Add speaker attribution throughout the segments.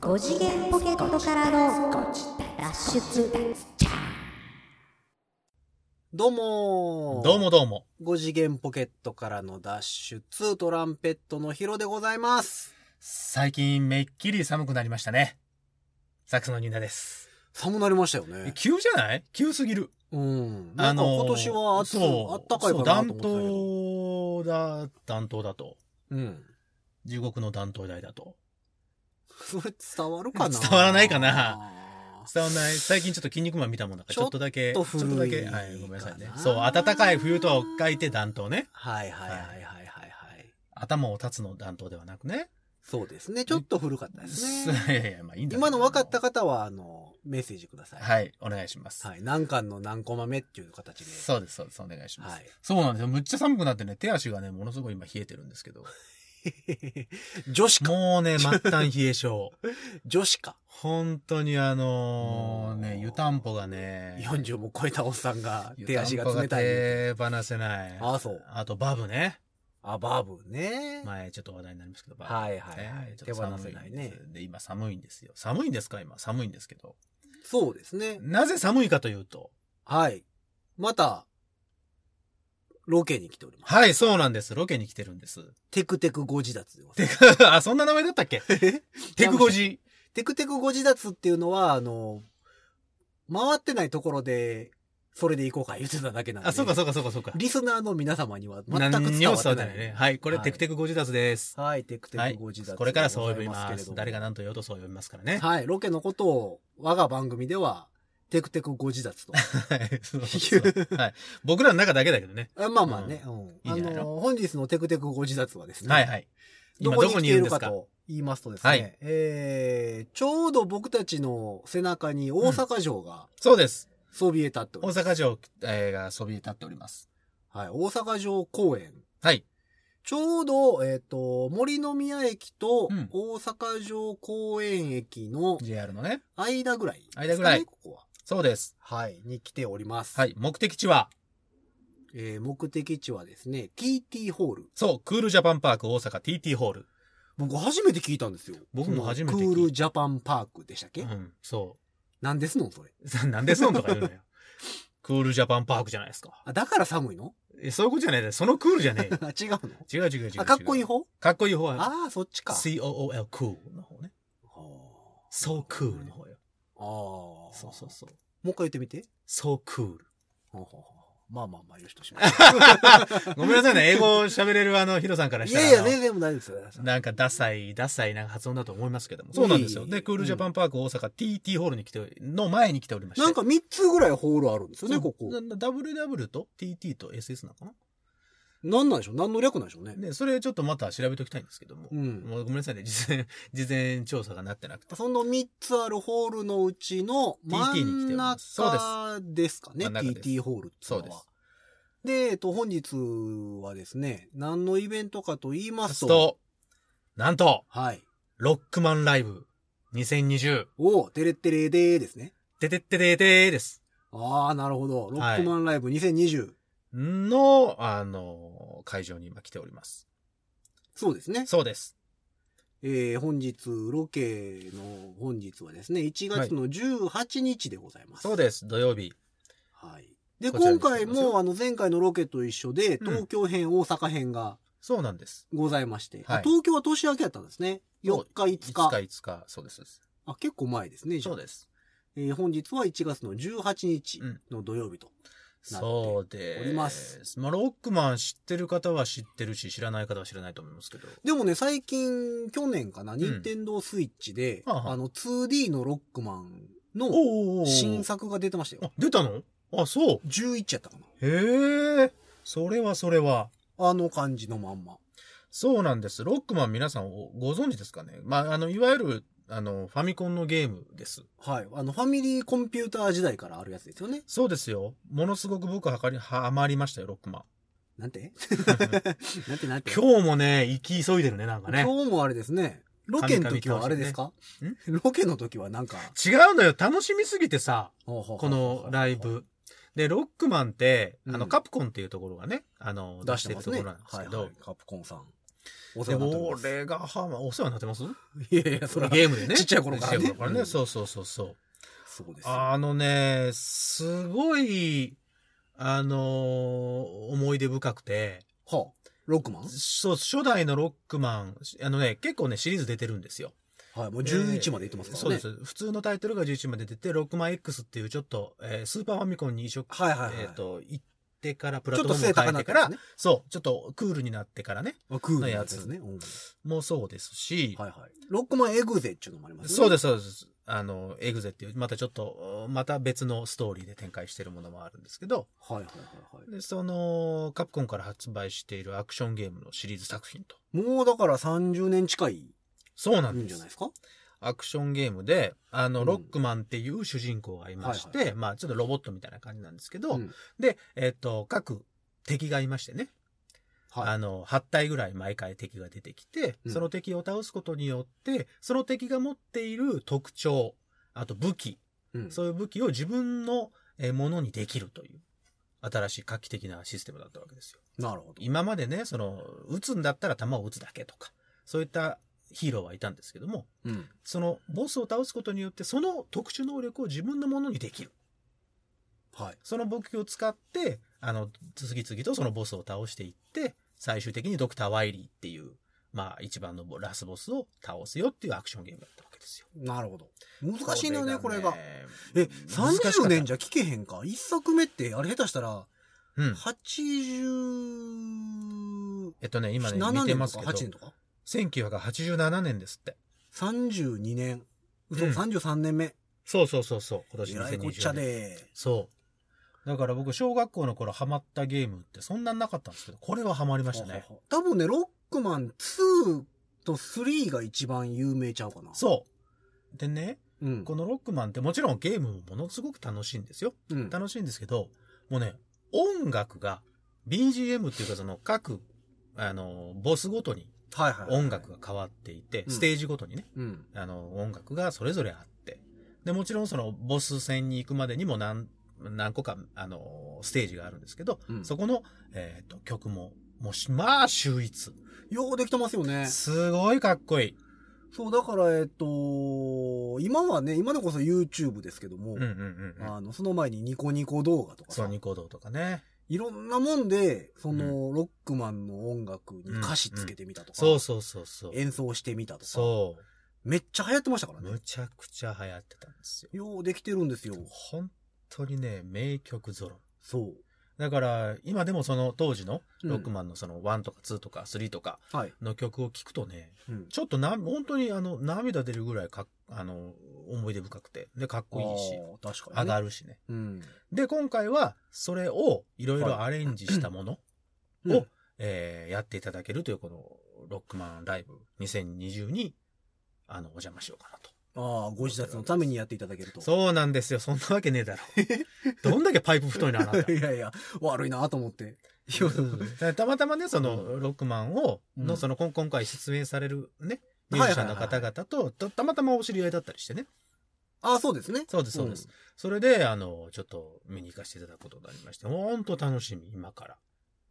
Speaker 1: 5次元ポケットからの脱出
Speaker 2: どうもー
Speaker 3: どう。もどうも。
Speaker 2: 5次元ポケットからの脱出、トランペットのヒロでございます。
Speaker 3: 最近めっきり寒くなりましたね。サックスのニーナです。
Speaker 2: 寒なりましたよ
Speaker 3: え
Speaker 2: ね。
Speaker 3: 急じゃない急すぎる。
Speaker 2: うん。なんか
Speaker 3: ー
Speaker 2: 今年は暑、あったかいかなと思ってたけど。
Speaker 3: そう、暖冬だ、暖冬だと。
Speaker 2: うん。
Speaker 3: 地獄の暖冬台だと。
Speaker 2: それ伝わるかな
Speaker 3: 伝わらない かな伝わんない。最近ちょっと筋肉マン見たもんだから、
Speaker 2: ち
Speaker 3: ち
Speaker 2: ょ
Speaker 3: ょ
Speaker 2: っ
Speaker 3: っ
Speaker 2: と
Speaker 3: とだけ、
Speaker 2: ちょっと
Speaker 3: だ
Speaker 2: 古い
Speaker 3: け、
Speaker 2: かな
Speaker 3: はい、ごめんなさいね。そう、暖かい冬とは書いて暖冬ね。
Speaker 2: はいはいはいはいはいはい。
Speaker 3: 頭を立つの暖冬ではなくね。
Speaker 2: そうですね。ちょっと古かったですね。
Speaker 3: いやいや、まあいいんだけど
Speaker 2: 今の分かった方は、あの、メッセージください。
Speaker 3: はい、お願いします。
Speaker 2: はい。何巻の何コマ目っていう形で。
Speaker 3: そうです、そうです、お願いします。
Speaker 2: はい。
Speaker 3: そうなんですよ。むっちゃ寒くなってね、手足がね、ものすごい今冷えてるんで すけど。
Speaker 2: 女子か。
Speaker 3: もうね、末端冷え性。
Speaker 2: 女子か。
Speaker 3: 本当にあのー
Speaker 2: う
Speaker 3: ね、
Speaker 2: ん
Speaker 3: 湯たんぽがね、
Speaker 2: 40も超えたおっさんが手足が冷たい。
Speaker 3: 手放せない。
Speaker 2: あ、そう。
Speaker 3: あと、バブね。
Speaker 2: あ、バーブね。
Speaker 3: 前ちょっと話題になりますけど、バブ。
Speaker 2: はいはいはい
Speaker 3: ねちょっと寒
Speaker 2: 手放せないね
Speaker 3: で、今寒いんですよ。寒いんですか今。寒いんですけど。
Speaker 2: そうですね。
Speaker 3: なぜ寒いかというと、
Speaker 2: はい。また、ロケに来ております。
Speaker 3: はい、そうなんです。ロケに来てるんです。
Speaker 2: テクテクご自立でございます。
Speaker 3: あ、そんな名前だった っけテクゴジ。
Speaker 2: テクテクご自立っていうのは、あの、回ってないところで、それで行こうか言ってただけなんで。
Speaker 3: あ、そうかそうかそうかそうか。
Speaker 2: リスナーの皆様には全く伝わっ
Speaker 3: 何
Speaker 2: てない。
Speaker 3: にも伝わってないね。はい、これ、
Speaker 2: はい
Speaker 3: テクテクゴジダスです。
Speaker 2: はい、テクテ
Speaker 3: はい
Speaker 2: クご自立、
Speaker 3: これからそう呼びます。誰が
Speaker 2: な。
Speaker 3: 何と言おうとそう呼びますからね。
Speaker 2: はい、ロケのことを、我が番組では、テクテクご自立 と。
Speaker 3: はいそうそうそうはい。僕らの中だけだけどね。
Speaker 2: あまあまあね。うん。
Speaker 3: いいんじゃないの
Speaker 2: あの、本日のテクテクご自立はですね。
Speaker 3: はいはい。
Speaker 2: ど
Speaker 3: 今
Speaker 2: こ
Speaker 3: ど
Speaker 2: に
Speaker 3: こ
Speaker 2: 来て
Speaker 3: に
Speaker 2: い
Speaker 3: いるん
Speaker 2: る
Speaker 3: です
Speaker 2: か
Speaker 3: か
Speaker 2: と言いますとですね、
Speaker 3: はい
Speaker 2: えー、ちょうど僕たちの背中に大阪城が
Speaker 3: そうです。
Speaker 2: そびえ立っており
Speaker 3: 大
Speaker 2: ます。
Speaker 3: 阪城えーがそびえ立っております。
Speaker 2: はい、大阪城公園。
Speaker 3: はい。
Speaker 2: ちょうど、えっ、と、森の宮駅と
Speaker 3: うん
Speaker 2: 大阪城公園駅の
Speaker 3: JR のね。
Speaker 2: 間ぐらいですかね、
Speaker 3: 間ぐらい
Speaker 2: ここは。
Speaker 3: そうです。
Speaker 2: はい、に来ております。
Speaker 3: はい。目的地は、
Speaker 2: えー、目的地はですね、TT ホール。
Speaker 3: そう、クールジャパンパーク大阪 TT ホール。
Speaker 2: 僕初めて聞いたんですよ。
Speaker 3: 僕も初めて聞
Speaker 2: そ
Speaker 3: いた
Speaker 2: のクールジャパンパークでしたっ
Speaker 3: う
Speaker 2: け、
Speaker 3: ん、そ
Speaker 2: なんですのんそれ。
Speaker 3: う。 なんでそんとか言うのよ。クールジャパンパークじゃないですか。
Speaker 2: あ、だから寒いの
Speaker 3: え、そういうことじゃないでそのクールじゃねえよ。
Speaker 2: あ違うの
Speaker 3: 違う違う違う違う。
Speaker 2: あ、かっこいい方
Speaker 3: かっこいい方は、
Speaker 2: ああ、そっちか。
Speaker 3: COOL クールの方ね。
Speaker 2: あ
Speaker 3: So cool の方よ。
Speaker 2: あー。
Speaker 3: そうそうそう。
Speaker 2: もう一回言ってみて。
Speaker 3: So cool.
Speaker 2: まあまあまあ、よしとしま しょ
Speaker 3: ごめんなさいね。英語喋れるあの、ヒロさんから
Speaker 2: うい
Speaker 3: したら。
Speaker 2: やいや、
Speaker 3: あの
Speaker 2: 全然大丈夫ですよ。
Speaker 3: なんか、ダサい、ダサいなんか発音だと思いますけども。そうなんですよ。
Speaker 2: いいい
Speaker 3: で、
Speaker 2: い
Speaker 3: クールジャパンパーク大阪 TT ホールに来て、の前に来ておりまして。
Speaker 2: なんか3つぐらいホールあるんです
Speaker 3: そ
Speaker 2: よ
Speaker 3: う、
Speaker 2: ね、ここ。
Speaker 3: なな WW と TT と SS なのかな
Speaker 2: なんなんでしょう何の略なんでしょうね。
Speaker 3: ね、それちょっとまた調べておきたいんですけども。
Speaker 2: うん
Speaker 3: もうごめんなさいね。事前、 事前調査がなってなくて。
Speaker 2: その3つあるホールのうちの真
Speaker 3: TT に来て
Speaker 2: ん
Speaker 3: おりますそうです
Speaker 2: 中ですかね、
Speaker 3: 真ん中です
Speaker 2: TT ホールってい
Speaker 3: そう
Speaker 2: う
Speaker 3: で
Speaker 2: の
Speaker 3: す
Speaker 2: は。。で、えっと、本日はですね、何のイベントかと言いま
Speaker 3: ラ
Speaker 2: す
Speaker 3: ス
Speaker 2: と、
Speaker 3: ト、なんと、
Speaker 2: はい。
Speaker 3: ロックマンライブ2020。
Speaker 2: おう、テレッテレでーですね。
Speaker 3: ててってててーです。
Speaker 2: ああ、なるほど。ロックマンライブ2020。
Speaker 3: の、あの、会場に今来ております。
Speaker 2: そうですね。
Speaker 3: そうです。
Speaker 2: えー本日、ロケの本日はですね、1月の18日でございます。
Speaker 3: そうです。土曜日。
Speaker 2: はい。で、
Speaker 3: こちら
Speaker 2: 今
Speaker 3: にござい
Speaker 2: 回
Speaker 3: ますよ
Speaker 2: も、あの、前回のロケと一緒で、
Speaker 3: うん
Speaker 2: 東京編、大阪編が
Speaker 3: そうなんです。
Speaker 2: ございまして、あ
Speaker 3: はい
Speaker 2: 東京は年明けだったんですね。4日、5日。
Speaker 3: 5日、5日。そうです。
Speaker 2: あ、結構前ですね、じゃ
Speaker 3: そ
Speaker 2: あ
Speaker 3: う。です。
Speaker 2: えー本日は1月の18日の土曜日と。
Speaker 3: そうで
Speaker 2: おります。
Speaker 3: まあ、ロックマン知ってる方は知ってるし、知らない方は知らないと思いますけど。
Speaker 2: でもね、最近、去年かな、
Speaker 3: ん
Speaker 2: 任天堂スイッチで、
Speaker 3: はあはあ
Speaker 2: あの、2D のロックマンの
Speaker 3: お
Speaker 2: 新
Speaker 3: 新作。
Speaker 2: 作が出てましたよ
Speaker 3: あ。、出たのあ、そう。
Speaker 2: 11やったかな。
Speaker 3: へえ。それはそれは。
Speaker 2: あの感じのまんま。
Speaker 3: そうなんです。ロックマン皆さんおご存知ですかねまあ、あの、いわゆる、あの、ファミコンのゲームです。
Speaker 2: はい。あの、ファミリーコンピューター時代からあるやつですよね。
Speaker 3: そうですよ。ものすごく僕はかり、はまりましたよ、ロックマン。
Speaker 2: なんて なんてなんて
Speaker 3: 今日もね、行き急いでるね、なんかね。
Speaker 2: 今日もあれですね。ロケの時はあれですか、
Speaker 3: 神々
Speaker 2: ロケの時はなんか、
Speaker 3: 違うのよ。楽しみすぎてさ。こ
Speaker 2: こ
Speaker 3: のライ。ブ。で、ロックマンって、あ
Speaker 2: う
Speaker 3: の、
Speaker 2: ん
Speaker 3: カプコンっていうところがね、あの、出してるところなんですけど、
Speaker 2: はいはいカプコンさん。お世
Speaker 3: で
Speaker 2: 話になっております
Speaker 3: 俺がハマ、お世話になってます
Speaker 2: いやいや、それは
Speaker 3: ゲームでね。
Speaker 2: ちっちゃい頃からね
Speaker 3: ちっちゃい頃
Speaker 2: うん
Speaker 3: そうそうそうそう。
Speaker 2: そうですよ。
Speaker 3: あのね、すごい、あのー思い出深くて、
Speaker 2: はあ、ロックマン
Speaker 3: そう、初代のロックマン、あのね、結構ね、シリーズ出てるんですよ。
Speaker 2: はい、もう11までいってますからね。
Speaker 3: そうです。普通のタイトルが11まで出て、ロックマン X っていうちょっと、えースーパーファミコンに移植、
Speaker 2: はいはいはい
Speaker 3: えっ、と、行ってから、プラ
Speaker 2: ち
Speaker 3: ッ
Speaker 2: ょっ
Speaker 3: ト
Speaker 2: と
Speaker 3: フォーム
Speaker 2: 背
Speaker 3: を変
Speaker 2: 高
Speaker 3: え
Speaker 2: な
Speaker 3: て
Speaker 2: か
Speaker 3: からら、
Speaker 2: ね。
Speaker 3: そう、ちょっとクールになってからね、
Speaker 2: あクール
Speaker 3: の
Speaker 2: なや
Speaker 3: や
Speaker 2: つ
Speaker 3: つ
Speaker 2: ですね。うん
Speaker 3: もうそうですし、
Speaker 2: はいはい。ロックマンエグゼっていうのもありますね。
Speaker 3: そう
Speaker 2: で
Speaker 3: です、そうです。あの、エグゼっていう、またちょっと、また別のストーリーで展開してるものもあるんですけど、
Speaker 2: す。はいはいはいは
Speaker 3: で、その、カプコンから発売しているアクションゲームのシリーズ作品と。
Speaker 2: い。もうだから30年近い
Speaker 3: そうなん
Speaker 2: ん
Speaker 3: で
Speaker 2: じゃ
Speaker 3: す。
Speaker 2: ないですか
Speaker 3: アクションゲームで、あ
Speaker 2: う
Speaker 3: の、
Speaker 2: ん
Speaker 3: ロックマンっていう主人公がいまして、
Speaker 2: はい
Speaker 3: まあ、ちょっとロボットみたいな感じなんですけど、
Speaker 2: うん
Speaker 3: で、えっ、と、各敵がいましてね、
Speaker 2: は
Speaker 3: あの、8体ぐらい毎回敵が出てきて、
Speaker 2: うん
Speaker 3: その敵を倒すことによって、その敵が持っている特徴、あと武器、
Speaker 2: い。うん
Speaker 3: そういう武器を自分のえーものにできるという、新しい画期的なシステムだったわけですよ。
Speaker 2: なるほど。
Speaker 3: 今までね、その、撃つんだったら弾を撃つだけとか、そういったヒーローはいたんですけども、
Speaker 2: うん。
Speaker 3: そのボスを倒すことによって、その特殊能力を自分のものにできる。
Speaker 2: はい。
Speaker 3: その武器を使って、あの、次々とそのボスを倒していって、最終的にドクター・ワイリーっていう、まあ、一番のボラスボスを倒すよっていうアクションゲームだったわけですよ。
Speaker 2: なるほど。難しいんだよね、これが。え、
Speaker 3: 難しかった
Speaker 2: 30年じゃ聞けへんか。一作目って、あれ下手したら、
Speaker 3: うん。
Speaker 2: 80、
Speaker 3: えっとね、今ね、
Speaker 2: 7
Speaker 3: 見て
Speaker 2: 年
Speaker 3: ま
Speaker 2: と
Speaker 3: す
Speaker 2: か
Speaker 3: け
Speaker 2: 8
Speaker 3: ど、
Speaker 2: 年とか
Speaker 3: 1987年ですって。
Speaker 2: ?32 年。嘘、
Speaker 3: うん
Speaker 2: 33年目。
Speaker 3: そうそうそうそう、今
Speaker 2: えら
Speaker 3: 年2020年。
Speaker 2: いこっちゃで。
Speaker 3: そう。だから僕、小学校の頃ハマったゲームってそんなんなかったんですけど、これはハマりましたね。
Speaker 2: ほうほうほう多分ね、ロックマン2と3が一番有名ちゃうかな。
Speaker 3: そう。でね、
Speaker 2: う。うん。
Speaker 3: このロックマンってもちろんゲームもものすごく楽しいんですよ。
Speaker 2: うん、
Speaker 3: 楽しいんですけど、もうね、音楽が、BGM っていうかその各、あの、ボスごとに
Speaker 2: はいはいはい。
Speaker 3: 音楽が変わっていて、
Speaker 2: うん
Speaker 3: ステージごとにね、
Speaker 2: うん。
Speaker 3: あの、音楽がそれぞれあって。で、もちろんそのボス戦に行くまでにも何、何個か、あの、ステージがあるんですけど、
Speaker 2: うん
Speaker 3: そこの、えっ、と、曲も、もうし、まあ、秀逸。
Speaker 2: ようできてますよね。
Speaker 3: すごいかっこいい。
Speaker 2: そう、だから、えっと、今はね、今でこそ YouTube ですけども、
Speaker 3: うんうんうんうん。
Speaker 2: あの、その前にニコニコ動画とか
Speaker 3: ソ
Speaker 2: さ、
Speaker 3: ニコ動とかね。
Speaker 2: いろんなもんで、その、ロックマンの音楽に歌詞つけてみたとか、
Speaker 3: そうそうそうそう。
Speaker 2: 演奏してみたとか、
Speaker 3: そう。
Speaker 2: めっちゃ流行ってましたからね
Speaker 3: む。ちゃくちゃ流行ってたんですよ。
Speaker 2: ようできてるんですよ。
Speaker 3: 本当にね、名曲ゾロ。
Speaker 2: そう。
Speaker 3: だから、今でもその当時の
Speaker 2: うん
Speaker 3: ロックマンのその1とか2とか3とか
Speaker 2: はい。
Speaker 3: の曲を聴くとね、
Speaker 2: うん
Speaker 3: ちょっとな、本当にあの、涙出るぐらいかっあの、思い出深くて、で、かっこいいし、
Speaker 2: あー確か
Speaker 3: 上
Speaker 2: に、ね。
Speaker 3: がるしね。
Speaker 2: うん。
Speaker 3: で、今回は、それをいろいろアレンジしたものを、
Speaker 2: うん
Speaker 3: えーやっていただけるという、この、ロックマンライブ2020に、あの、お邪魔しようかなと。
Speaker 2: ああ、ご自宅のためにやっていただけると。
Speaker 3: そうなんですよ。そんなわけねえだろ。 どんだけパイプ太いの あな た。
Speaker 2: いやいや、悪いなと思って。 いや
Speaker 3: だからたまたまね、その、ロックマンを、
Speaker 2: うん
Speaker 3: の、その、今今回出演されるね、ミュージシャンの
Speaker 2: はいは
Speaker 3: 方
Speaker 2: いは
Speaker 3: 々と、たたまたまお知り合いだったりしてね。
Speaker 2: ああ、そうですね。
Speaker 3: そうです、そうです。それで、あの、ちょっと見に行かせていただくことになりまして、ほんと楽しみ、今から。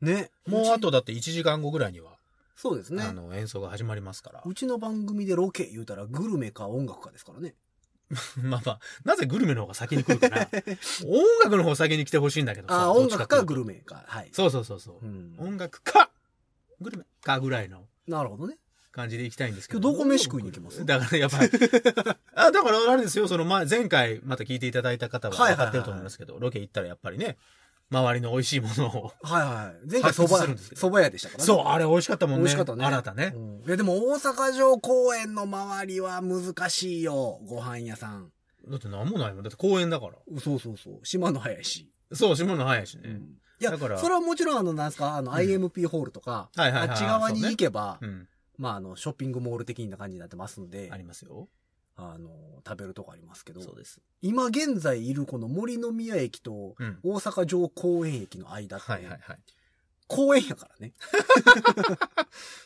Speaker 2: うん。ね。
Speaker 3: もうあ
Speaker 2: ち。
Speaker 3: とだって1時間後ぐらいには、
Speaker 2: そうですね
Speaker 3: あ。の、演奏が始まりますから。
Speaker 2: うちの番組でロケ言うたらグルメか音楽かですからね。
Speaker 3: まあまあ、なぜグルメの方が先に来 るかな。音楽の方先に来てほしいんだけど
Speaker 2: ああ、音楽かグルメか。はい。
Speaker 3: そうそうそうそ
Speaker 2: う。
Speaker 3: う音
Speaker 2: ん。
Speaker 3: 楽か、グルメかぐらいの
Speaker 2: なるほどね。
Speaker 3: 感じで行きたいんですけど。
Speaker 2: 今日どこ飯食いに行きます
Speaker 3: だからや っぱり。あ、だからあれですよ、その前、前回また聞いていただいた方は
Speaker 2: はいはい
Speaker 3: 分
Speaker 2: はい
Speaker 3: かってると思いますけど、ロケ行ったらやっぱりね、周りの美味しいものを。
Speaker 2: はいはい。前回蕎
Speaker 3: 発掘するん
Speaker 2: 麦
Speaker 3: ですけど
Speaker 2: 蕎麦屋でしたからね。
Speaker 3: そう、あれ美味しかったもんね。
Speaker 2: 美味しかったね。
Speaker 3: 新たね
Speaker 2: う。ん。いやでも大阪城公園の周りは難しいよ。ご飯屋さん。
Speaker 3: だってなんもないもん。だって公園だから。
Speaker 2: そうそうそう。島の林。
Speaker 3: そう、下の早いし
Speaker 2: う
Speaker 3: ね。
Speaker 2: ん。いや、
Speaker 3: だから
Speaker 2: それはもちろんあの、なんすか、あの、
Speaker 3: うん
Speaker 2: IMP ホールとか、
Speaker 3: はい
Speaker 2: あ
Speaker 3: はいはい。
Speaker 2: っち側に行けば、
Speaker 3: そうね。
Speaker 2: まあ、あの、ショッピングモール的な感じになってますんで
Speaker 3: うん。あ、りますよ。
Speaker 2: あの、食べるとこありますけど、
Speaker 3: そうです。
Speaker 2: 今現在いるこの森の宮駅と
Speaker 3: うん。
Speaker 2: 大阪城公園駅の間って、
Speaker 3: はいはいはい。
Speaker 2: 公園やからね。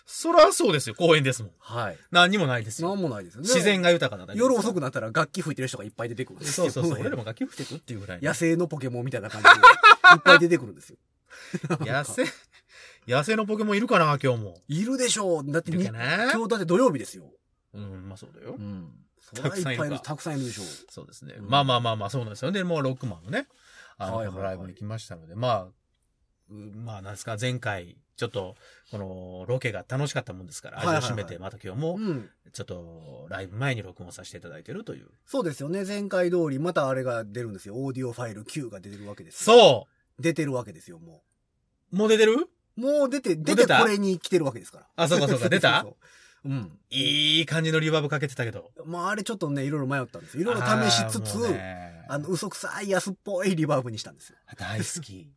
Speaker 3: そらそうですよ。公園ですもん。
Speaker 2: はい。
Speaker 3: 何にもないです
Speaker 2: な
Speaker 3: よ。
Speaker 2: んもないですよね。
Speaker 3: 自然が豊かなだけです
Speaker 2: 夜遅くなったら楽器吹いてる人がいっぱい出てくるんです
Speaker 3: そ
Speaker 2: よ
Speaker 3: うそうそう。俺ら
Speaker 2: も
Speaker 3: も楽器吹いて くっていうぐらいの。
Speaker 2: 野生のポケモンみたいな感じで、いっぱい出てくるんですよ。
Speaker 3: 野生、野生のポケモンいるかな今日も。
Speaker 2: いるでしょう。だって
Speaker 3: いるか
Speaker 2: に、
Speaker 3: な
Speaker 2: 今日だって土曜日ですよ。
Speaker 3: うん、まあそうだよ。
Speaker 2: ん。
Speaker 3: たくさんいる
Speaker 2: そりゃっ
Speaker 3: か
Speaker 2: ぱいいる、たくさんいるでしょう。
Speaker 3: そうですね。
Speaker 2: うん
Speaker 3: まあまあまあまあ、そうなんですよ。で、もうロックマンのね、あの、
Speaker 2: はいはい
Speaker 3: こ
Speaker 2: はい
Speaker 3: のライブに来ましたので、まあ、うまあなんですか、前回、ちょっと、この、ロケが楽しかったもんですから、
Speaker 2: はいはいはい
Speaker 3: 味を占めて、また今日も、
Speaker 2: うん。
Speaker 3: ちょっと、ライブ前に録音させていただいてるという。
Speaker 2: そうですよね。前回通り、またあれが出るんですよ。オーディオファイル Q が出てるわけですよ。
Speaker 3: そ
Speaker 2: 出てるわけですよ、も
Speaker 3: うもう出てる
Speaker 2: う。もう出て、出
Speaker 3: 出
Speaker 2: て
Speaker 3: た
Speaker 2: これに来てるわけですから。
Speaker 3: あそうかそうか出 た
Speaker 2: そうそううん。
Speaker 3: いい感じのリバーブかけてたけど。
Speaker 2: まあ、あれちょっとね、いろいろ迷ったんですよ。い
Speaker 3: い
Speaker 2: ろいろ試しつつ、あ,、
Speaker 3: あ
Speaker 2: の、
Speaker 3: の、
Speaker 2: 嘘くさい安っぽいリバーブにしたんですよ。
Speaker 3: 大好き。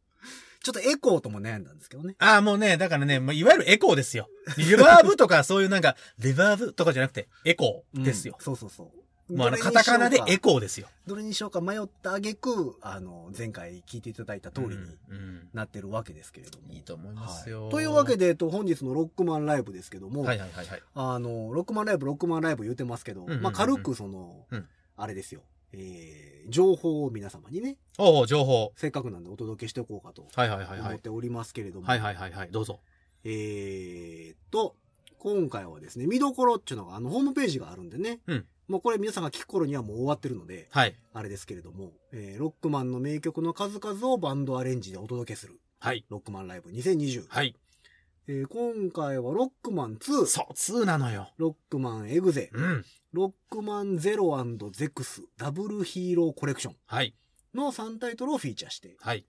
Speaker 2: ちょっとエコーとも悩んだんですけどね。
Speaker 3: ああ、もうね、だからね、まあ、いわゆるエコーですよ。リバーブとか、そういうなんか、リバーブとかじゃなくて、エコーですよ
Speaker 2: うん。そうそうそう。
Speaker 3: もうあの、カタカナでエ
Speaker 2: コ
Speaker 3: コーですよ。
Speaker 2: どれにしようか迷った挙句、あの、前回聞いていただいた通りに
Speaker 3: うん
Speaker 2: なってるわけですけれども。
Speaker 3: いいと思いますよ。
Speaker 2: はいというわけで、えっと、本日のロックマンライブですけども、
Speaker 3: はいはいはいはい。
Speaker 2: あの、ロックマンライブ、ロックマンライブ言ってますけど、
Speaker 3: んうんうん
Speaker 2: まあ、軽くその、
Speaker 3: うん
Speaker 2: あれですよ、えー、情報を皆様にね、
Speaker 3: おお、情報。
Speaker 2: せっかくなんでお届けしておこうかと
Speaker 3: はいはいはいは
Speaker 2: 思っ
Speaker 3: い。
Speaker 2: ておりますけれども、
Speaker 3: はいはいはいはい。どうぞ。
Speaker 2: えーっと、今回はですね、見どころっていうのが、あの、ホームページがあるんでね、
Speaker 3: うん
Speaker 2: もうこれ皆さんが聞く頃にはもう終わってるので、
Speaker 3: はい。
Speaker 2: あれですけれども、えーロックマンの名曲の数々をバンドアレンジでお届けする、
Speaker 3: はい。
Speaker 2: ロックマンライブ2020。
Speaker 3: はい。
Speaker 2: えー今回はロックマン2、
Speaker 3: そう、2なのよ。
Speaker 2: ロックマンエグゼ、
Speaker 3: うん。
Speaker 2: ロックマンゼロゼクスダブルヒーローコレクション
Speaker 3: はい。
Speaker 2: の3タイトルをフィーチャーして、
Speaker 3: はい。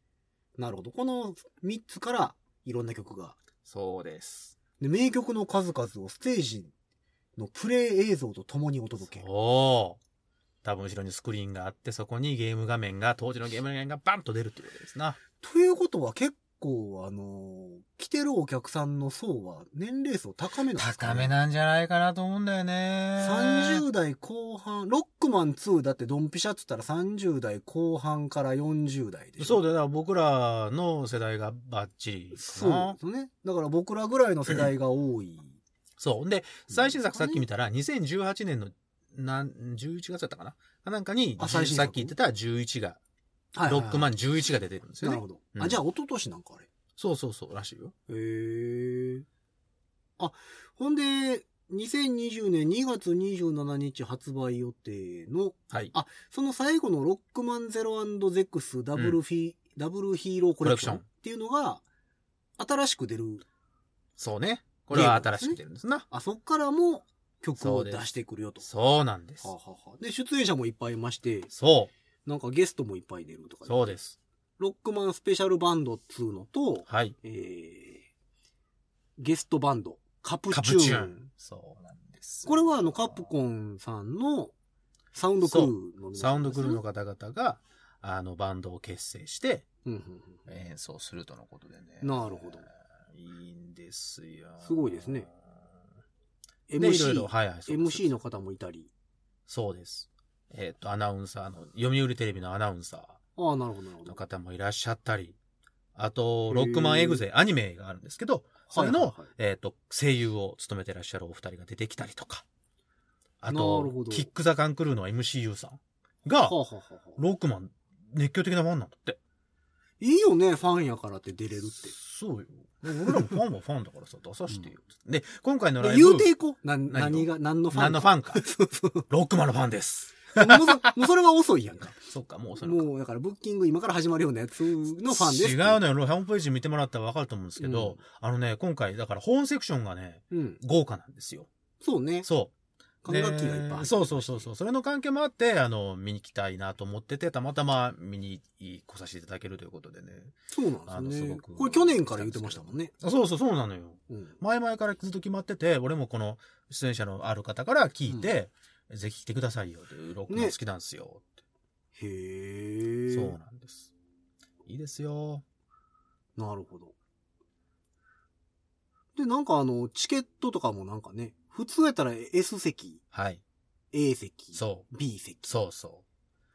Speaker 2: なるほど。この3つからいろんな曲が。
Speaker 3: そうです。
Speaker 2: で名曲の数々をステージのプレイ映像とともにお届け。
Speaker 3: おお。多分後ろにスクリーンがあって、そこにゲーム画面が、当時のゲーム画面がバンと出るっていうことですな。
Speaker 2: ということは結構、あのー来てるお客さんの層は年齢層高めなんですか、ね、
Speaker 3: なんじゃないかなと思うんだよね
Speaker 2: 30代後半、ロックマン2だってドンピシャっつったら30代後半から40代でしょ
Speaker 3: そうだよ。だから僕らの世代がバッチリかな。
Speaker 2: そうですね。だから僕らぐらいの世代が多い。
Speaker 3: そう。で、最新作
Speaker 2: な
Speaker 3: さ
Speaker 2: ん
Speaker 3: っ
Speaker 2: かね
Speaker 3: き見たら、2018年の、なん、11月だったかなかなんかに、
Speaker 2: あ最新
Speaker 3: さ
Speaker 2: 作
Speaker 3: っき言ってた11が、
Speaker 2: はい
Speaker 3: ロックマ
Speaker 2: ン
Speaker 3: ン11が出てるんですよ
Speaker 2: な
Speaker 3: ね
Speaker 2: る。ほど。
Speaker 3: うん
Speaker 2: あ、じゃあ一昨年なんかあれ。
Speaker 3: そうそうそう、らしいよ。
Speaker 2: へえ。あ、ほんで、2020年2月27日発売予定の、
Speaker 3: はい。
Speaker 2: あその最後のロックマンゼロゼックスダブルフィ、ダブルヒーローコレクションっ
Speaker 3: コレ
Speaker 2: ていうのが、新しく出る。
Speaker 3: そうね。これは新しく出るんですな。
Speaker 2: あ、そっからも曲
Speaker 3: そ
Speaker 2: を
Speaker 3: う
Speaker 2: 出
Speaker 3: です
Speaker 2: してくるよと。
Speaker 3: そうなんです
Speaker 2: は。あはあはあで、出演者もいっぱいいまして、
Speaker 3: そ
Speaker 2: なんかゲストもいっぱい出るとかね
Speaker 3: う。そうです。
Speaker 2: ロックマンスペシャルバンドっつうのと、
Speaker 3: はい。
Speaker 2: えー、ゲストバンド、カプチ
Speaker 3: カ
Speaker 2: ュ
Speaker 3: プ
Speaker 2: ーン。
Speaker 3: チューン。そうなんです。
Speaker 2: これはあの、カプコンさんのサウンドクルーの皆さんですね
Speaker 3: サウンドクルーの。方々が、あの、バンドを結成して
Speaker 2: うんうんうん
Speaker 3: 演奏するとのことでね。
Speaker 2: なるほど。
Speaker 3: いいんですよ。
Speaker 2: すごいですね。
Speaker 3: で、いろいろ、
Speaker 2: MC、
Speaker 3: はいはい。そうです
Speaker 2: MC の方もいたり。
Speaker 3: そうです。えっ、と、アナウンサーの、読売テレビのアナウンサ
Speaker 2: ああ、なるほど、なるほ
Speaker 3: ー
Speaker 2: ど
Speaker 3: の。方もいらっしゃったり、あと、ロックマンエグゼ、アニメがあるんですけど、それの、
Speaker 2: はいはいはい
Speaker 3: えっ、と、声優を務めてらっしゃるお二人が出てきたりとか、あ
Speaker 2: なるほ
Speaker 3: と
Speaker 2: ど、
Speaker 3: キック・ザ・カン・クルーの MCU さんが
Speaker 2: はあ、はあはあはあ
Speaker 3: ロックマン、熱狂的なファンなんだって。
Speaker 2: いいよね、ファンやからって出れるって。
Speaker 3: そうよ。俺らもファンはファンだからさ、出さしてよ。で、今回のラ
Speaker 2: で
Speaker 3: イブ
Speaker 2: 言う、ていこう。な、
Speaker 3: 何
Speaker 2: 何
Speaker 3: を
Speaker 2: が、何のファン
Speaker 3: 何のファンか、
Speaker 2: そうそう。
Speaker 3: ロックマンのファンです。
Speaker 2: もうそもうそれは遅いやんか。
Speaker 3: そっか、もうそれか
Speaker 2: もう、だから、ブッキング今から始まるようなやつのファンです。
Speaker 3: 違うのよ。ホームページ見てもらったらわかると思うんですけ
Speaker 2: う
Speaker 3: ど、
Speaker 2: ん
Speaker 3: あのね、今回、だから本セクションがね、
Speaker 2: うん。
Speaker 3: 豪華なんですよ。
Speaker 2: そうね。
Speaker 3: そ
Speaker 2: 管
Speaker 3: う。で
Speaker 2: 楽器がいっぱい入ってる
Speaker 3: そうそうそうそう。それの関係もあって、あの、見に来たいなと思ってて、たまたま見に来させていただけるということでね。
Speaker 2: そうなんですよ
Speaker 3: あの
Speaker 2: ね
Speaker 3: す。ごく
Speaker 2: これ去年から言ってましたもんね。
Speaker 3: あそうそうそうなのよ。
Speaker 2: うん。
Speaker 3: 前々からずっと決まってて、俺もこの出演者のある方から聞いて、ぜひ来てくださいよって、ロックマン
Speaker 2: ね
Speaker 3: 好きなんですよっ
Speaker 2: へ
Speaker 3: て、
Speaker 2: え。
Speaker 3: そうなんです。いいですよ。
Speaker 2: なるほど。で、なんかあの、チケットとかもなんかね、普通やったら S 席、
Speaker 3: はい。
Speaker 2: A 席、
Speaker 3: そう
Speaker 2: B 席
Speaker 3: そうそ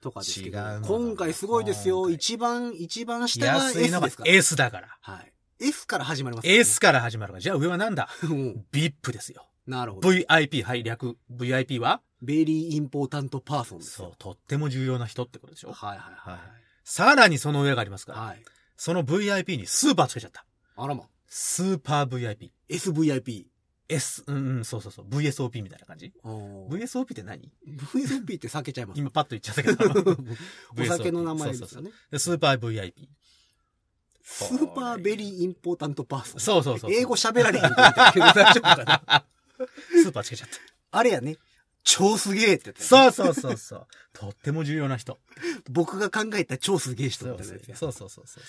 Speaker 2: とかですけど
Speaker 3: 違うの、が
Speaker 2: 今回すごいです
Speaker 3: 今
Speaker 2: よ。
Speaker 3: 回
Speaker 2: 一番、一番
Speaker 3: う。
Speaker 2: 下が
Speaker 3: 安い
Speaker 2: S
Speaker 3: の
Speaker 2: で
Speaker 3: が
Speaker 2: すから。
Speaker 3: S だから。
Speaker 2: はい。S から始まります、
Speaker 3: S から始まるから。じゃあ上はなんだ
Speaker 2: も う
Speaker 3: ?VIP ですよ。
Speaker 2: なるほど。
Speaker 3: VIP、はい、略。VIP は
Speaker 2: ベリーインポータントパーソンです
Speaker 3: そ
Speaker 2: よ。
Speaker 3: う、とっても重要な人ってことでしょ
Speaker 2: はいはいはい。
Speaker 3: さらにその上がありますから、
Speaker 2: はい。
Speaker 3: その VIP にスーパーつけちゃった。
Speaker 2: あらま。
Speaker 3: スーパー VIP。
Speaker 2: SVIP。
Speaker 3: S、うん、うん、そうそうそう。VSOP みたいな感じ
Speaker 2: あー
Speaker 3: ?VSOP って何
Speaker 2: VSOP って避けちゃいます。
Speaker 3: 今パッと言っちゃったけど。
Speaker 2: お酒の名前
Speaker 3: VSOP
Speaker 2: で
Speaker 3: そう
Speaker 2: すよ
Speaker 3: そう
Speaker 2: ね。
Speaker 3: そうスーパー VIP。
Speaker 2: スーパーベリーインポータントパーソン。
Speaker 3: そうそうそう。
Speaker 2: 英語喋られへんみたいなけど大丈夫かな
Speaker 3: スーパーつけちゃった。
Speaker 2: あれやね。超すげえってやつやね
Speaker 3: そうそうそうそう。とっても重要な人。
Speaker 2: 僕が考えた超すげえ人
Speaker 3: そ
Speaker 2: み
Speaker 3: う
Speaker 2: たい
Speaker 3: そ
Speaker 2: な
Speaker 3: う
Speaker 2: やつや
Speaker 3: そうそうそうそ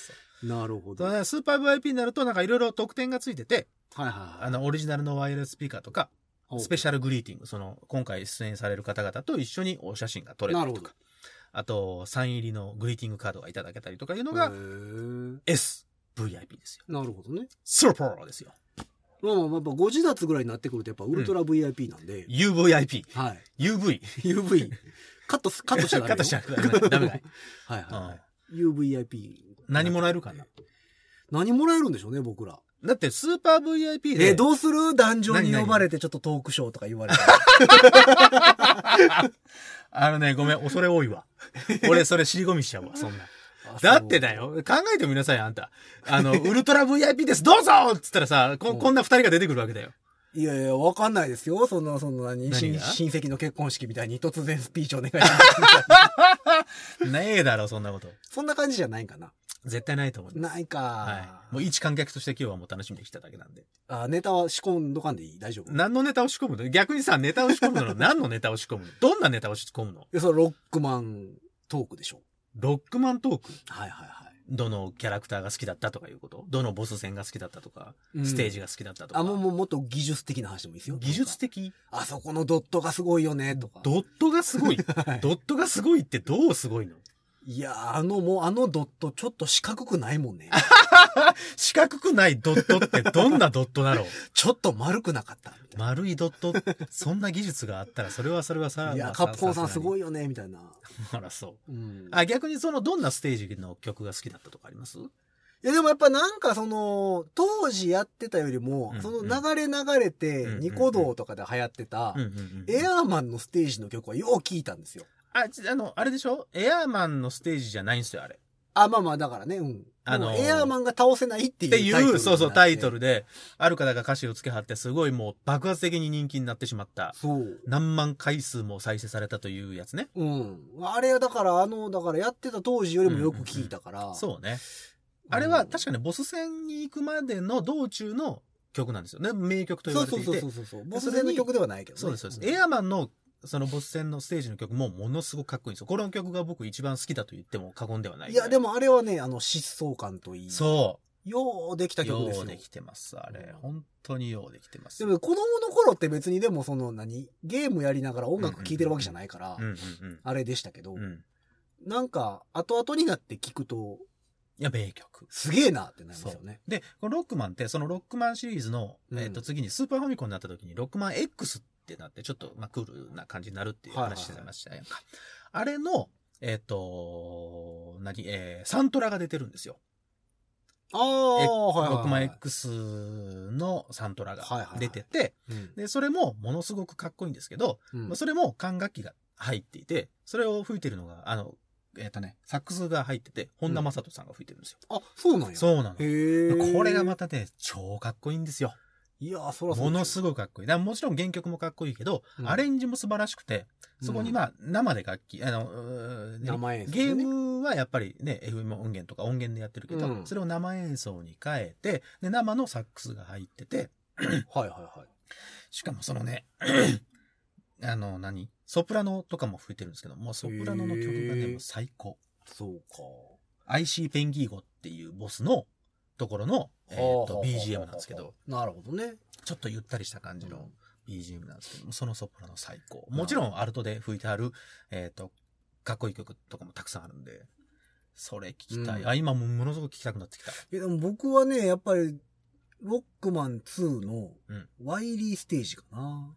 Speaker 3: う。
Speaker 2: なるほど。
Speaker 3: だ
Speaker 2: はい
Speaker 3: からスーパー VIP になるとなんかいろいろ特典がついてて、
Speaker 2: はい
Speaker 3: あ
Speaker 2: は
Speaker 3: の、オリジナルのワイヤレススピーカーとか、
Speaker 2: い。
Speaker 3: スペ
Speaker 2: シ
Speaker 3: シャルグリーティング、その、今回出演される方々と一緒にお写真が撮れた
Speaker 2: な
Speaker 3: り
Speaker 2: る
Speaker 3: と
Speaker 2: ほ
Speaker 3: か、あと、サイン入りのグリーティングカードがいただけたりとかいうのが、
Speaker 2: ど。へえ。
Speaker 3: S、VIP ですよ。
Speaker 2: なるほどね。
Speaker 3: スーパーですよ。
Speaker 2: まあまあまあ、ご自立ぐらいになってくると、やっぱウルトラ VIP なんで。
Speaker 3: UVIP、
Speaker 2: はい。
Speaker 3: UV。
Speaker 2: UV。カットす、カットしちゃダメよ。
Speaker 3: カットしちゃダメダメだい
Speaker 2: はい
Speaker 3: うん
Speaker 2: はいはい。UVIP。
Speaker 3: 何もらえるかな。
Speaker 2: 何もらえるんでしょうね、僕ら。
Speaker 3: だって、スーパー VIP で、
Speaker 2: え、どうする壇上に
Speaker 3: 何何
Speaker 2: 呼ばれてちょっとトークショーとか言われて。
Speaker 3: あのね、ごめん、恐れ多い わ。俺、それ尻込みしちゃうわ、そんな。 だってだよ。考えてみなさい、あんた。あの、ウルトラ VIP です、どうぞっつったらさ、こ、こんな二人が出てくるわけだよ。
Speaker 2: いやいや、わかんないですよ。そんな、そんなに、
Speaker 3: 何
Speaker 2: 親
Speaker 3: が
Speaker 2: 親戚の結婚式みたいに突然スピーチお願いし ます。
Speaker 3: ねえだろ、そんなこと。
Speaker 2: そんな感じじゃないんかな。
Speaker 3: 絶対ないと思います。
Speaker 2: ない
Speaker 3: は
Speaker 2: か
Speaker 3: い。もう一観客として今日はもう楽しみに来ただけなんで。
Speaker 2: あ。ネタは仕込んどかんでいい大丈夫い
Speaker 3: 何のネタを仕込むの逆にさ、ネタを仕込む の何のネタを仕込むのどんなネタを仕込むの
Speaker 2: やそのロックマントークでしょ。
Speaker 3: ロックマントーク
Speaker 2: はいはいはい。
Speaker 3: どのキャラクターが好きだったとかいうことどのボス戦が好きだったとか、
Speaker 2: うん
Speaker 3: ステージが好きだったとか。
Speaker 2: あ、もう、もうもっと技術的な話でもいいですよ。
Speaker 3: 技術
Speaker 2: 的
Speaker 3: 的
Speaker 2: あそこのドットがすごいよね、とか。
Speaker 3: ドットがすごい。
Speaker 2: はい
Speaker 3: ドットがすごいってどうすごいの
Speaker 2: いやー、あの、もうあのドットちょっと四角くない もんね。
Speaker 3: 四角くないドットってどんなドットだろう
Speaker 2: ちょっと丸くなかった。みたいな
Speaker 3: 丸いドット、そんな技術があったら、それはそれはさ、
Speaker 2: い
Speaker 3: ま
Speaker 2: や、
Speaker 3: あ
Speaker 2: カプコンさんすご
Speaker 3: い。
Speaker 2: いよね、みたいな。
Speaker 3: あら、そう。
Speaker 2: うん。
Speaker 3: あ、逆にその、どんなステージの曲が好きだったとかあります
Speaker 2: いやでもやっぱなんかその、当時やってたよりも
Speaker 3: うんう、ん
Speaker 2: その流れ流れて
Speaker 3: うんう、ん
Speaker 2: ニコ動とかで流行ってた
Speaker 3: うん、うんうん。
Speaker 2: エアーマンのステージの曲はよう聞いたんですよ。
Speaker 3: あ、ちあの、あれでしょエアーマンのステージじゃないんですよ、あれ。
Speaker 2: あ、まあまあだからね、うん。
Speaker 3: あのー
Speaker 2: でもエアーマンが倒せないってい
Speaker 3: っ
Speaker 2: う
Speaker 3: てい
Speaker 2: タイトルにな
Speaker 3: う、
Speaker 2: って
Speaker 3: そうそう、タイトル。で、ある方が歌詞を付け張って、すごいもう爆発的に人気になってしまった。
Speaker 2: そう。
Speaker 3: 何万回数も再生されたというやつね。
Speaker 2: うん。あれはだから、あの、だからやってた当時よりもよく聞いたから。う。
Speaker 3: そうね。あれは確かにボス戦に行くまでの道中の曲なんですよね。名曲と言
Speaker 2: そ
Speaker 3: わ
Speaker 2: う
Speaker 3: れて
Speaker 2: そ
Speaker 3: いうて。
Speaker 2: そうそうそう。ボス戦の曲ではないけどね。
Speaker 3: そうです、そうです。
Speaker 2: ん
Speaker 3: エアマンの、そのボス戦のステージの曲もものすごくかっこいいんですよ。この曲が僕一番好きだと言っても過言ではない。
Speaker 2: いや、で
Speaker 3: も。
Speaker 2: もあれはね、あの、疾走感といい。
Speaker 3: そ
Speaker 2: ようでき
Speaker 3: う。
Speaker 2: た曲です
Speaker 3: よ
Speaker 2: よ
Speaker 3: う。できてます、あ
Speaker 2: う
Speaker 3: れ
Speaker 2: ん。
Speaker 3: 本当にようできてます。
Speaker 2: でも子供の頃って別にでもその何ゲームやりながら音楽聴いてるわけじゃないから
Speaker 3: うん、うん
Speaker 2: あれでしたけど
Speaker 3: うん。、うん。
Speaker 2: なんか後々になって聞くと、
Speaker 3: いや、名曲。
Speaker 2: すげえなってなりますよね。
Speaker 3: で、このロックマンって、そのロックマンシリーズの、
Speaker 2: うん
Speaker 3: えっと、次にスーパーファミコンになった時に、ロックマン X ってなって、ちょっと、まあ、クールな感じになるっていう話してましたやんか。あれの、えっと、何、えーサントラが出てるんですよ。
Speaker 2: ああ、
Speaker 3: え
Speaker 2: はい
Speaker 3: 6
Speaker 2: はいは
Speaker 3: 万
Speaker 2: い。
Speaker 3: X のサントラが
Speaker 2: はいはいはい
Speaker 3: 出てて、で、それもものすごくかっこいいんですけど、
Speaker 2: うん
Speaker 3: まあそれも管楽器が入っていて、それを吹いてるのが、あの、えっ、とね、サックスが入ってて、本田正人さんが吹いてるんですよ。
Speaker 2: あ、そうなんや。
Speaker 3: そうな
Speaker 2: へえ。
Speaker 3: の。これがま
Speaker 2: た。
Speaker 3: たね、超かっこいいんですよ。
Speaker 2: いや、そらそう
Speaker 3: もの
Speaker 2: ご
Speaker 3: すごいかっこいい。だからもちろん原曲もかっこいいけど、
Speaker 2: うん
Speaker 3: アレンジも素晴らしくて、そこにまあ、生で楽器、あの、う
Speaker 2: い
Speaker 3: ー
Speaker 2: 生演奏
Speaker 3: ゲ
Speaker 2: でね
Speaker 3: ームはやっぱりね、FM 音源とか音源でやってるけど、
Speaker 2: うん
Speaker 3: それを生演奏に変えて、で、生のサックスが入ってて、
Speaker 2: はいはいはい。
Speaker 3: しかもそのね、 あの、何ソプラノとかも吹いてるんですけど、もうソプラノの曲が
Speaker 2: へ
Speaker 3: ね、
Speaker 2: ー
Speaker 3: もう最高。
Speaker 2: そうか。
Speaker 3: IC ペンギーゴっていうボスのところの、えっ、と、BGM なんですけど、。
Speaker 2: なるほどね。
Speaker 3: ちょっとゆったりした感じ
Speaker 2: う
Speaker 3: の
Speaker 2: ん
Speaker 3: BGM なんですけども、そのソプラノ最高。もちろんアルトで吹いてある、えっ、と、かっこいい曲とかもたくさんあるんで、それ聞きたい。
Speaker 2: うん
Speaker 3: あ、今もうものすごく聞きたくなってきた。
Speaker 2: いや、でも僕はね、やっぱり、ロックマン2の
Speaker 3: うん
Speaker 2: ワイリーステージかな。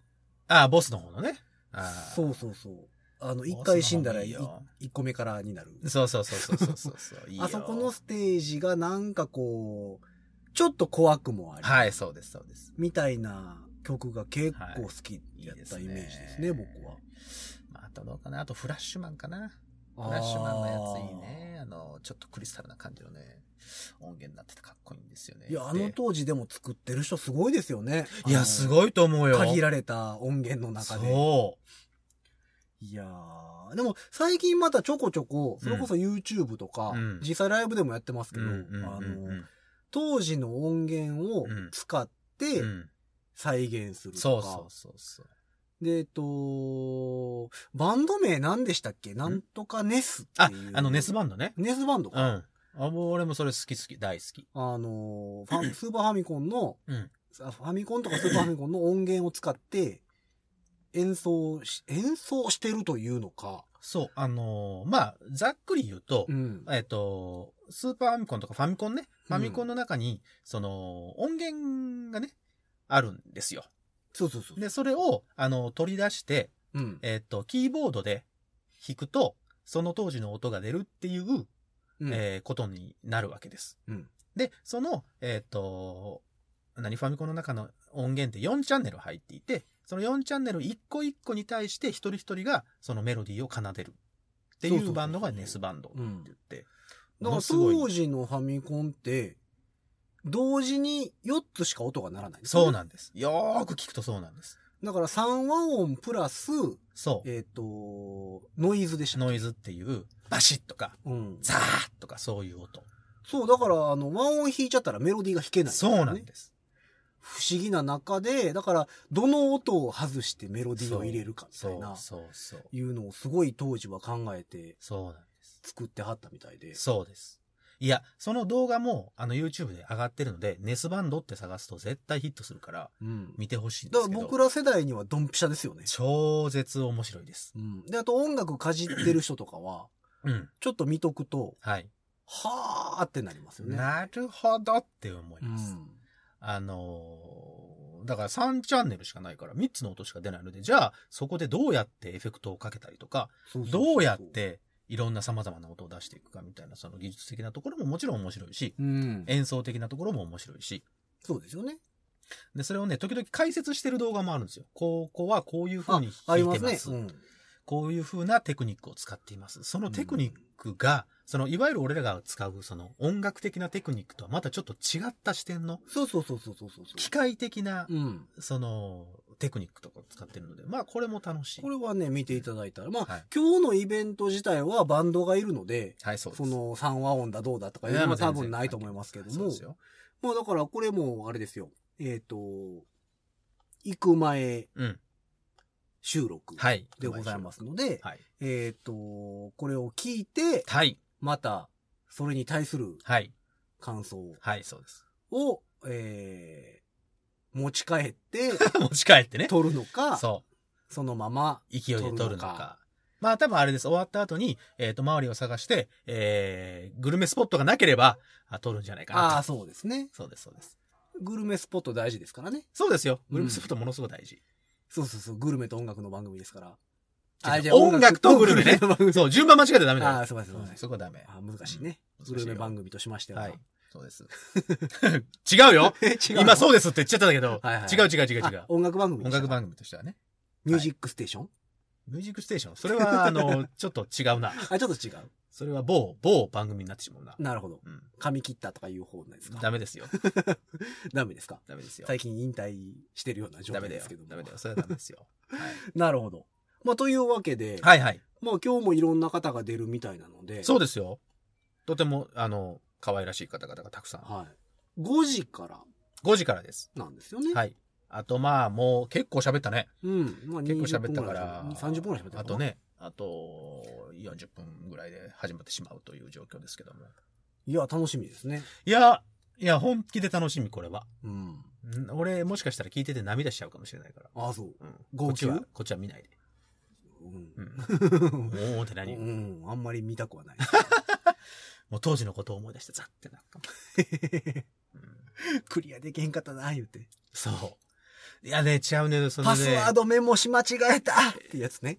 Speaker 3: あ、ボスの方のね。あ。
Speaker 2: そううそうそう。あの、
Speaker 3: ボスの
Speaker 2: 一回死んだら
Speaker 3: 方もいい
Speaker 2: 1
Speaker 3: よ
Speaker 2: 個目からになる。
Speaker 3: そうそうそうそうそう そう。いいよ
Speaker 2: あそこのステージがなんかこう、ちょっと怖くもあり、
Speaker 3: はい、そうです、そうです。
Speaker 2: みたいな曲が結構好きやったイメージですね、
Speaker 3: いい
Speaker 2: 僕は。。
Speaker 3: まあ、あとどうかな。あと、フラッシュマンかな。フラッシュマンのやついいね。あの、ちょっとクリスタルな感じのね。音源になっててかっこいいんですよね。
Speaker 2: いや、あの
Speaker 3: で
Speaker 2: 当時でも作ってる人すごいですよね。
Speaker 3: いや、す
Speaker 2: い。
Speaker 3: ごいと思うよ。
Speaker 2: 限られた音源の中で。
Speaker 3: そ
Speaker 2: いやー、でも最近またちょこちょこ、それこそ YouTube とか、
Speaker 3: うん
Speaker 2: 実際ライブでもやってます
Speaker 3: う。
Speaker 2: けど、
Speaker 3: うんうんうん
Speaker 2: あ
Speaker 3: うん
Speaker 2: の、当時の音源を
Speaker 3: うん
Speaker 2: 使って
Speaker 3: うん
Speaker 2: 再現すると
Speaker 3: そう
Speaker 2: か。
Speaker 3: そうそうそう。
Speaker 2: で、えっと、バンド名何でしたっけなんとかネスっ
Speaker 3: あ
Speaker 2: ていう。、
Speaker 3: あの、ネスバンドね。
Speaker 2: ネスバンド
Speaker 3: うん。
Speaker 2: か。
Speaker 3: あ、もう俺もそれ好き好き、大好き。
Speaker 2: あの、フ ァスーパーファミコンの、
Speaker 3: うん
Speaker 2: あファミコンとかスーパーファミコンの音源を使って、演奏し、演奏してるというのか。
Speaker 3: そう、あのーまあ、ざっくり言うと
Speaker 2: う、ん。
Speaker 3: えっと、スーパーファミコンとかファミコンね、フ
Speaker 2: うん
Speaker 3: ァミコンの中に、その、音源がね、あるんですよ。
Speaker 2: そうそうそう。
Speaker 3: で、それを、あの、取り出して、
Speaker 2: うん。
Speaker 3: えっと、キーボードで弾くと、その当時の音が出るっていう、
Speaker 2: うん
Speaker 3: えーことになるわけです。
Speaker 2: うん
Speaker 3: で、その、えっ、と、何、ファミコンの中の音源って4チャンネル入っていて、その4チャンネル1個1個に対して一人一人がそのメロディーを奏でるって
Speaker 2: そうそうそ
Speaker 3: い
Speaker 2: う
Speaker 3: う
Speaker 2: そう
Speaker 3: バンドがネスバンドって言って。
Speaker 2: だか
Speaker 3: も
Speaker 2: ら
Speaker 3: のすごい
Speaker 2: 当時のファミコンって、同時に4つしか音が鳴らない。
Speaker 3: そうなんです。よーく聞くとそうなんです。
Speaker 2: だから3和音プラス、
Speaker 3: そう。
Speaker 2: えっ、と、ノイズでしたっ
Speaker 3: ノイズっていう、バシッとか、
Speaker 2: け。うん。
Speaker 3: ザーッとかそういう音。
Speaker 2: そう、だから、あの、和音弾いちゃったらメロディーが弾けない、
Speaker 3: そうなん
Speaker 2: ね。
Speaker 3: です。
Speaker 2: 不思議な中で、だから、どの音を外してメロディーを入れるかみたい
Speaker 3: そう
Speaker 2: な、
Speaker 3: そうそう。
Speaker 2: いうのをすごい当時は考えて
Speaker 3: そうなんです。
Speaker 2: 作ってはったみたいで。
Speaker 3: そうです。いや、その動画も、あの、YouTube で上がってるので、ネスバンドって探すと絶対ヒットするから、
Speaker 2: うん。
Speaker 3: 見てほしいんで
Speaker 2: だか
Speaker 3: す
Speaker 2: ら
Speaker 3: けど。
Speaker 2: 僕ら世代にはドンピシャですよね。
Speaker 3: 超絶面白いです。
Speaker 2: うん。で、あと音楽かじってる人とかは、
Speaker 3: うん。
Speaker 2: ちょっと見とくと、
Speaker 3: はい。
Speaker 2: はーってなりますよね。
Speaker 3: なるほどって思いうます。
Speaker 2: ん。
Speaker 3: あのーだから3チャンネルしかないから3つの音しか出ないので、じゃあそこでどうやってエフェクトをかけたりとか、
Speaker 2: そそそ
Speaker 3: どうやっ、ていろんな様々な音を出していくかみたいな、その技術的なところももちろん面白いし、
Speaker 2: うん。
Speaker 3: 演奏的なところも面白いし、
Speaker 2: そうですよね。
Speaker 3: で、それをね、時々解説してる動画もあるんですよ。ここはこういう風
Speaker 2: あ
Speaker 3: に、
Speaker 2: あ
Speaker 3: 弾
Speaker 2: り
Speaker 3: いてま。
Speaker 2: ますすね。うん。
Speaker 3: こういう風なテクニックを使っています。そのテクニックが、その、いわゆる俺らが使う、その、音楽的なテクニックとはまたちょっと違った視点の、
Speaker 2: そうそうそうそうそうそう。
Speaker 3: 機械的な、
Speaker 2: うん。
Speaker 3: その、テクニックとかを使ってるので、まあ、これも楽しい。
Speaker 2: これはね、見ていただいたら、まあ、
Speaker 3: はい。
Speaker 2: 今日のイベント自体はバンドがいるので、
Speaker 3: はい、そうで
Speaker 2: そ
Speaker 3: す。
Speaker 2: の三和音だどうだとか
Speaker 3: い
Speaker 2: いう
Speaker 3: や、
Speaker 2: の
Speaker 3: ま
Speaker 2: は
Speaker 3: あ
Speaker 2: 多
Speaker 3: 全
Speaker 2: 分
Speaker 3: 然
Speaker 2: ないと思いますけど
Speaker 3: そう
Speaker 2: も
Speaker 3: で、すよ
Speaker 2: まあだからこれもあれですよ、えっ、と、行く前
Speaker 3: うん。
Speaker 2: 収録
Speaker 3: はい。
Speaker 2: でございますので、
Speaker 3: はい。
Speaker 2: えっ、と、これを聞いて、
Speaker 3: はい。
Speaker 2: またそれに対する
Speaker 3: はい。
Speaker 2: 感想
Speaker 3: はい、そうです。
Speaker 2: を、えー、持ち帰 って
Speaker 3: 持ち帰ってね。
Speaker 2: 撮るのか、そ
Speaker 3: そう。
Speaker 2: のまま、
Speaker 3: 勢いで撮るのか。
Speaker 2: 撮るのか
Speaker 3: まあ多分あれです。終わった後に、えっ、と、周りを探して、えー、グルメスポットがなければ、あ撮るんじゃないかなと。
Speaker 2: ああー、そうですね。
Speaker 3: そうです、そうです。
Speaker 2: グルメスポット大事ですからね。
Speaker 3: そうですよ。
Speaker 2: うん
Speaker 3: グルメスポットものすごく大事。
Speaker 2: そうそうそう、グルメと音楽の番組ですから。
Speaker 3: 違う音楽とグルメね
Speaker 2: の番組
Speaker 3: そう、順番間違えてダメだ
Speaker 2: あ
Speaker 3: よ。
Speaker 2: あ、すいません、すいません。
Speaker 3: そこはダメ。
Speaker 2: あー難しいね。
Speaker 3: うん
Speaker 2: グルメ番組としましては。
Speaker 3: はい。そうです。 違 うよ今そううですって言っちゃったんだけど、
Speaker 2: はいはい
Speaker 3: 違う違う違う違
Speaker 2: あ
Speaker 3: う。
Speaker 2: 音楽番組でし
Speaker 3: 音
Speaker 2: た
Speaker 3: 楽番組としてはね。
Speaker 2: ミュージックステーション
Speaker 3: ミュージックステーション。それは、あの、ちょっと違うな。
Speaker 2: あ、ちょっと違う。
Speaker 3: それは某、某番組になってしまうな。
Speaker 2: なるほど。
Speaker 3: うん。
Speaker 2: 髪切ったとかいう方なんですか
Speaker 3: ダメですよ。
Speaker 2: ダメですか
Speaker 3: ダメですよ。
Speaker 2: 最近引退してるような状
Speaker 3: ダ
Speaker 2: 態
Speaker 3: メ
Speaker 2: で
Speaker 3: だよ
Speaker 2: すけど。も。
Speaker 3: ダメだよ。それはダメですよ。
Speaker 2: なるほど。まあ、というわけで、
Speaker 3: はいはい。
Speaker 2: まあ今日もいろんな方が出るみたいなので、
Speaker 3: そうですよ。とても、あの、可愛らしい方々がたくさん。
Speaker 2: はい。5時から
Speaker 3: 5時からです。
Speaker 2: なんですよね。
Speaker 3: はい。あと、まあ、もう結構喋ったね。
Speaker 2: うん。まあ、
Speaker 3: 結構
Speaker 2: 20
Speaker 3: 喋
Speaker 2: 分
Speaker 3: った
Speaker 2: ぐ
Speaker 3: から
Speaker 2: い
Speaker 3: ら。
Speaker 2: 30分ぐらい喋ったかな
Speaker 3: あと。ね、あと40分ぐらいで始まってしまうという状況ですけども。
Speaker 2: いや、楽しみですね。
Speaker 3: いや、いや、本気で楽しみ、これは。
Speaker 2: うん。
Speaker 3: ん俺、もしかしたら聞いてて涙しちゃうかもしれないから。
Speaker 2: ああ、そう。
Speaker 3: うん。
Speaker 2: 号
Speaker 3: こっち
Speaker 2: 泣
Speaker 3: は、こっちは見ないで。
Speaker 2: うん う
Speaker 3: うん。
Speaker 2: ん
Speaker 3: おーって何、
Speaker 2: うん、あんまり見たくは ない。
Speaker 3: もう当時のことを思い出してザッてなるかも。 うん
Speaker 2: クリアできへんかったな、言うて。
Speaker 3: そう。いやね、違うね、その
Speaker 2: パ
Speaker 3: ね。
Speaker 2: スワードメモし間違えたってやつね。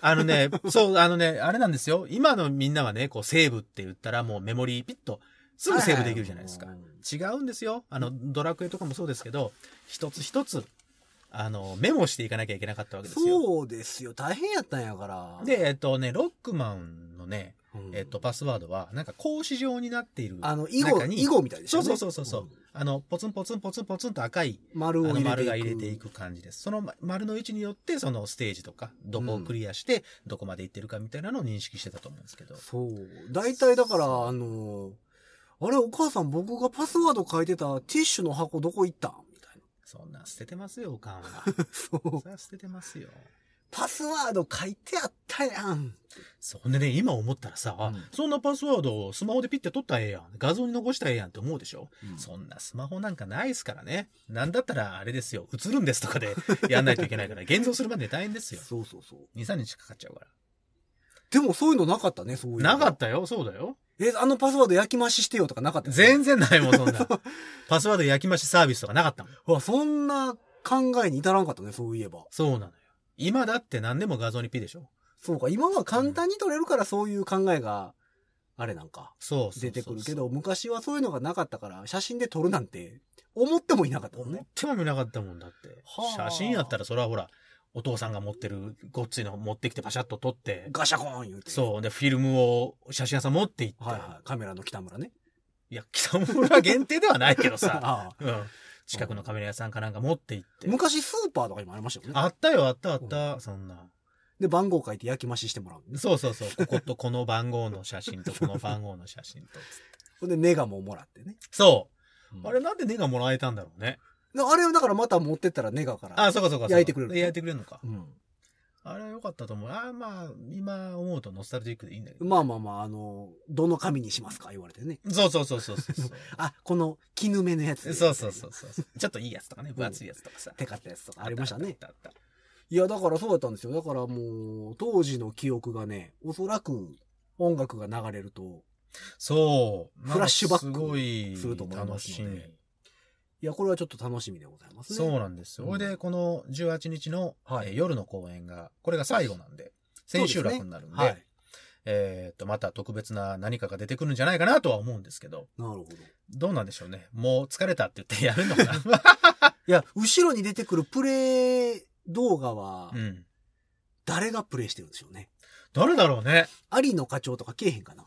Speaker 3: あのね、 そう、あのね、あれなんですよ。今のみんなはね、こう、セーブって言ったらもうメモリーピッと、すぐセーブできるじゃないですか。
Speaker 2: はは
Speaker 3: 違うんですよ。あの、ドラクエとかもそうですけど、一つ一つ、あの、メモしていかなきゃいけなかったわけですよ。
Speaker 2: そうですよ。大変やったんやから。
Speaker 3: で、えっとね、ロックマンのね、
Speaker 2: うん
Speaker 3: えっと、パスワードは、なんか格子状になっている
Speaker 2: あの、囲碁、
Speaker 3: 中に
Speaker 2: 囲碁みたいでし
Speaker 3: そ
Speaker 2: ょ、
Speaker 3: う
Speaker 2: ね。
Speaker 3: そうそうそうそう、
Speaker 2: ん
Speaker 3: あの、ポツンポツンポツンポツンと赤い、
Speaker 2: 丸
Speaker 3: あ
Speaker 2: を
Speaker 3: の
Speaker 2: 入れていく。
Speaker 3: 丸が入れていく感じです。そのま丸の位置によって、そのステージとか、どこをクリアして、どこまで行ってるかみたいなのを認識してたと思うんですけど。
Speaker 2: そう。大体だから、あのーあれ、お母さん僕がパスワード書いてたティッシュの箱どこ行ったみたい
Speaker 3: そんなん捨ててますよ、おかん は。
Speaker 2: な。そう
Speaker 3: そ。れは捨ててますよ。
Speaker 2: パスワード書いてあったやん。
Speaker 3: そうほんでね、今思ったらさ、
Speaker 2: うん
Speaker 3: そんなパスワードをスマホでピッて取ったらええやん。画像に残したらええやんって思うでしょ、
Speaker 2: そ
Speaker 3: そんなスマホなんかないですからね。なんだったらあれですよ、映るんですとかで やんないといけないから、現像するまで大変ですよ。
Speaker 2: そうそうそう。
Speaker 3: 2、3日かかっちゃうから。
Speaker 2: でもそういうのなかったね、そういうの。
Speaker 3: なかったよ、そうだよ。
Speaker 2: え、あのパスワード焼き増ししてよとかなかったよね
Speaker 3: 全然ないもん、そ んな。パスワード焼き増しサービスとかなかったもん。
Speaker 2: うわ、そんな考えに至らんかったね、そういえば。
Speaker 3: そうなのよ。今だって何でも画像に P でしょ
Speaker 2: そうか、今は簡単に取れるからそういう考えが、あれなんか、
Speaker 3: そうそうそうそう
Speaker 2: 出てくるけど、昔はそういうのがなかったから、写真で撮るなんて、思ってもいなかったもん
Speaker 3: 思っ
Speaker 2: ね。
Speaker 3: ても見なかったもんだって。
Speaker 2: はあ
Speaker 3: 写真やったらそれはほら、お父さんが持ってるごっついの持ってきてパシャッと撮って、
Speaker 2: ガシャコーン言うて。
Speaker 3: そう。で、フィルムを写真屋さん持って行って、
Speaker 2: はいはい。カメラの北村ね。
Speaker 3: い、や、北村限定ではないけど さ、
Speaker 2: ああ
Speaker 3: うん。近くのカメラ屋さんかなんか持って行って。
Speaker 2: 昔スーパーとかにもありましたよね。
Speaker 3: あったよ、あった、あった、そんな。
Speaker 2: で、番号書いて焼き増ししてもらうのね。
Speaker 3: そうそうそう。こことこの番号の写真とこの番号の写真と。
Speaker 2: ほんで、ネガももらってね。
Speaker 3: そう。あれなんでネガもらえたんだろうね。
Speaker 2: であれをだからまた持ってったらネガから。
Speaker 3: あ、そうかそうかそうか。
Speaker 2: 焼いてくれるの
Speaker 3: で焼いてくれるのか。
Speaker 2: うん。
Speaker 3: あれは良かったと思う。あーまあ、今思うとノスタルジックでいいんだけど。
Speaker 2: まあまあまあ、あの、どの紙にしますか言われてね。
Speaker 3: そうそうそうそうそうそう。
Speaker 2: あ、この絹目のやつで。
Speaker 3: そうそうそう そう。ちょっといいやつとかね、分厚いやつとかさ。
Speaker 2: テカったやつとかありましたね。
Speaker 3: あったあったあった
Speaker 2: いや、だからそうだったんですよ。だからもう、当時の記憶がね、おそらく音楽が流れると、
Speaker 3: そう。
Speaker 2: フラッシュバック
Speaker 3: なんかすごい
Speaker 2: すると思いますので
Speaker 3: 楽しみ。
Speaker 2: いや、これはちょっと楽しみでございますね。
Speaker 3: そうなんですよ。
Speaker 2: うん
Speaker 3: ほいで、この18日の、
Speaker 2: はい
Speaker 3: えー夜の公演が、これが最後なんで、千秋楽になるんで、
Speaker 2: はい。
Speaker 3: えーっと、また特別な何かが出てくるんじゃないかなとは思うんですけど、
Speaker 2: なるほど。い
Speaker 3: どうなんでしょうね。もう疲れたって言ってやるのか な。
Speaker 2: や、後ろに出てくるプレイ動画は
Speaker 3: う、ん。
Speaker 2: 誰がプレイしてるんでしょうね。
Speaker 3: 誰だろうね。
Speaker 2: 有野課長とかけえへんかな。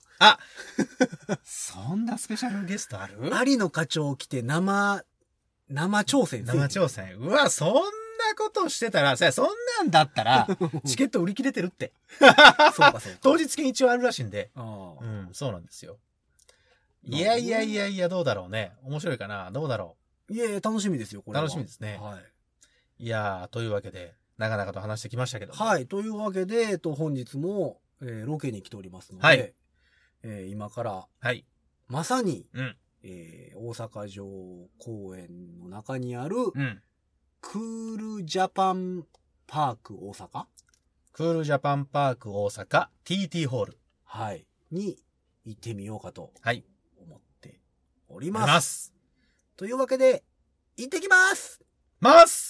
Speaker 3: そんなスペシャルゲストある
Speaker 2: 有野課長来て生、生挑戦せえへん
Speaker 3: 生挑戦。うわ、そんなことしてたら、さそんなんだっ たら、チケット売り切れてるって。
Speaker 2: そうかそうか。
Speaker 3: 当日券一応あるらしいんで。
Speaker 2: あ
Speaker 3: う
Speaker 2: あ。
Speaker 3: ん、そうなんですよ。いやいやいやいや、どうだろうね。面白いかなどうだろ
Speaker 2: いやいや、楽しみですよ、こ
Speaker 3: う
Speaker 2: れは。
Speaker 3: 楽しみですすね。
Speaker 2: はい。
Speaker 3: いやー、というわけで、長々と話してきましたけど。
Speaker 2: はい。というわけで、えっと、本日も、えーロケに来ておりますので、
Speaker 3: はい
Speaker 2: えー今から、
Speaker 3: はい。
Speaker 2: まさに、
Speaker 3: うん
Speaker 2: えー大阪城公園の中にある、
Speaker 3: うん。
Speaker 2: クールジャパンパーク大阪
Speaker 3: クールジャパンパーク大阪 TT ホール。
Speaker 2: はい。に行ってみようかと
Speaker 3: はい。
Speaker 2: 思っており
Speaker 3: い
Speaker 2: ます。
Speaker 3: ます。
Speaker 2: というわけで、行ってきます
Speaker 3: ます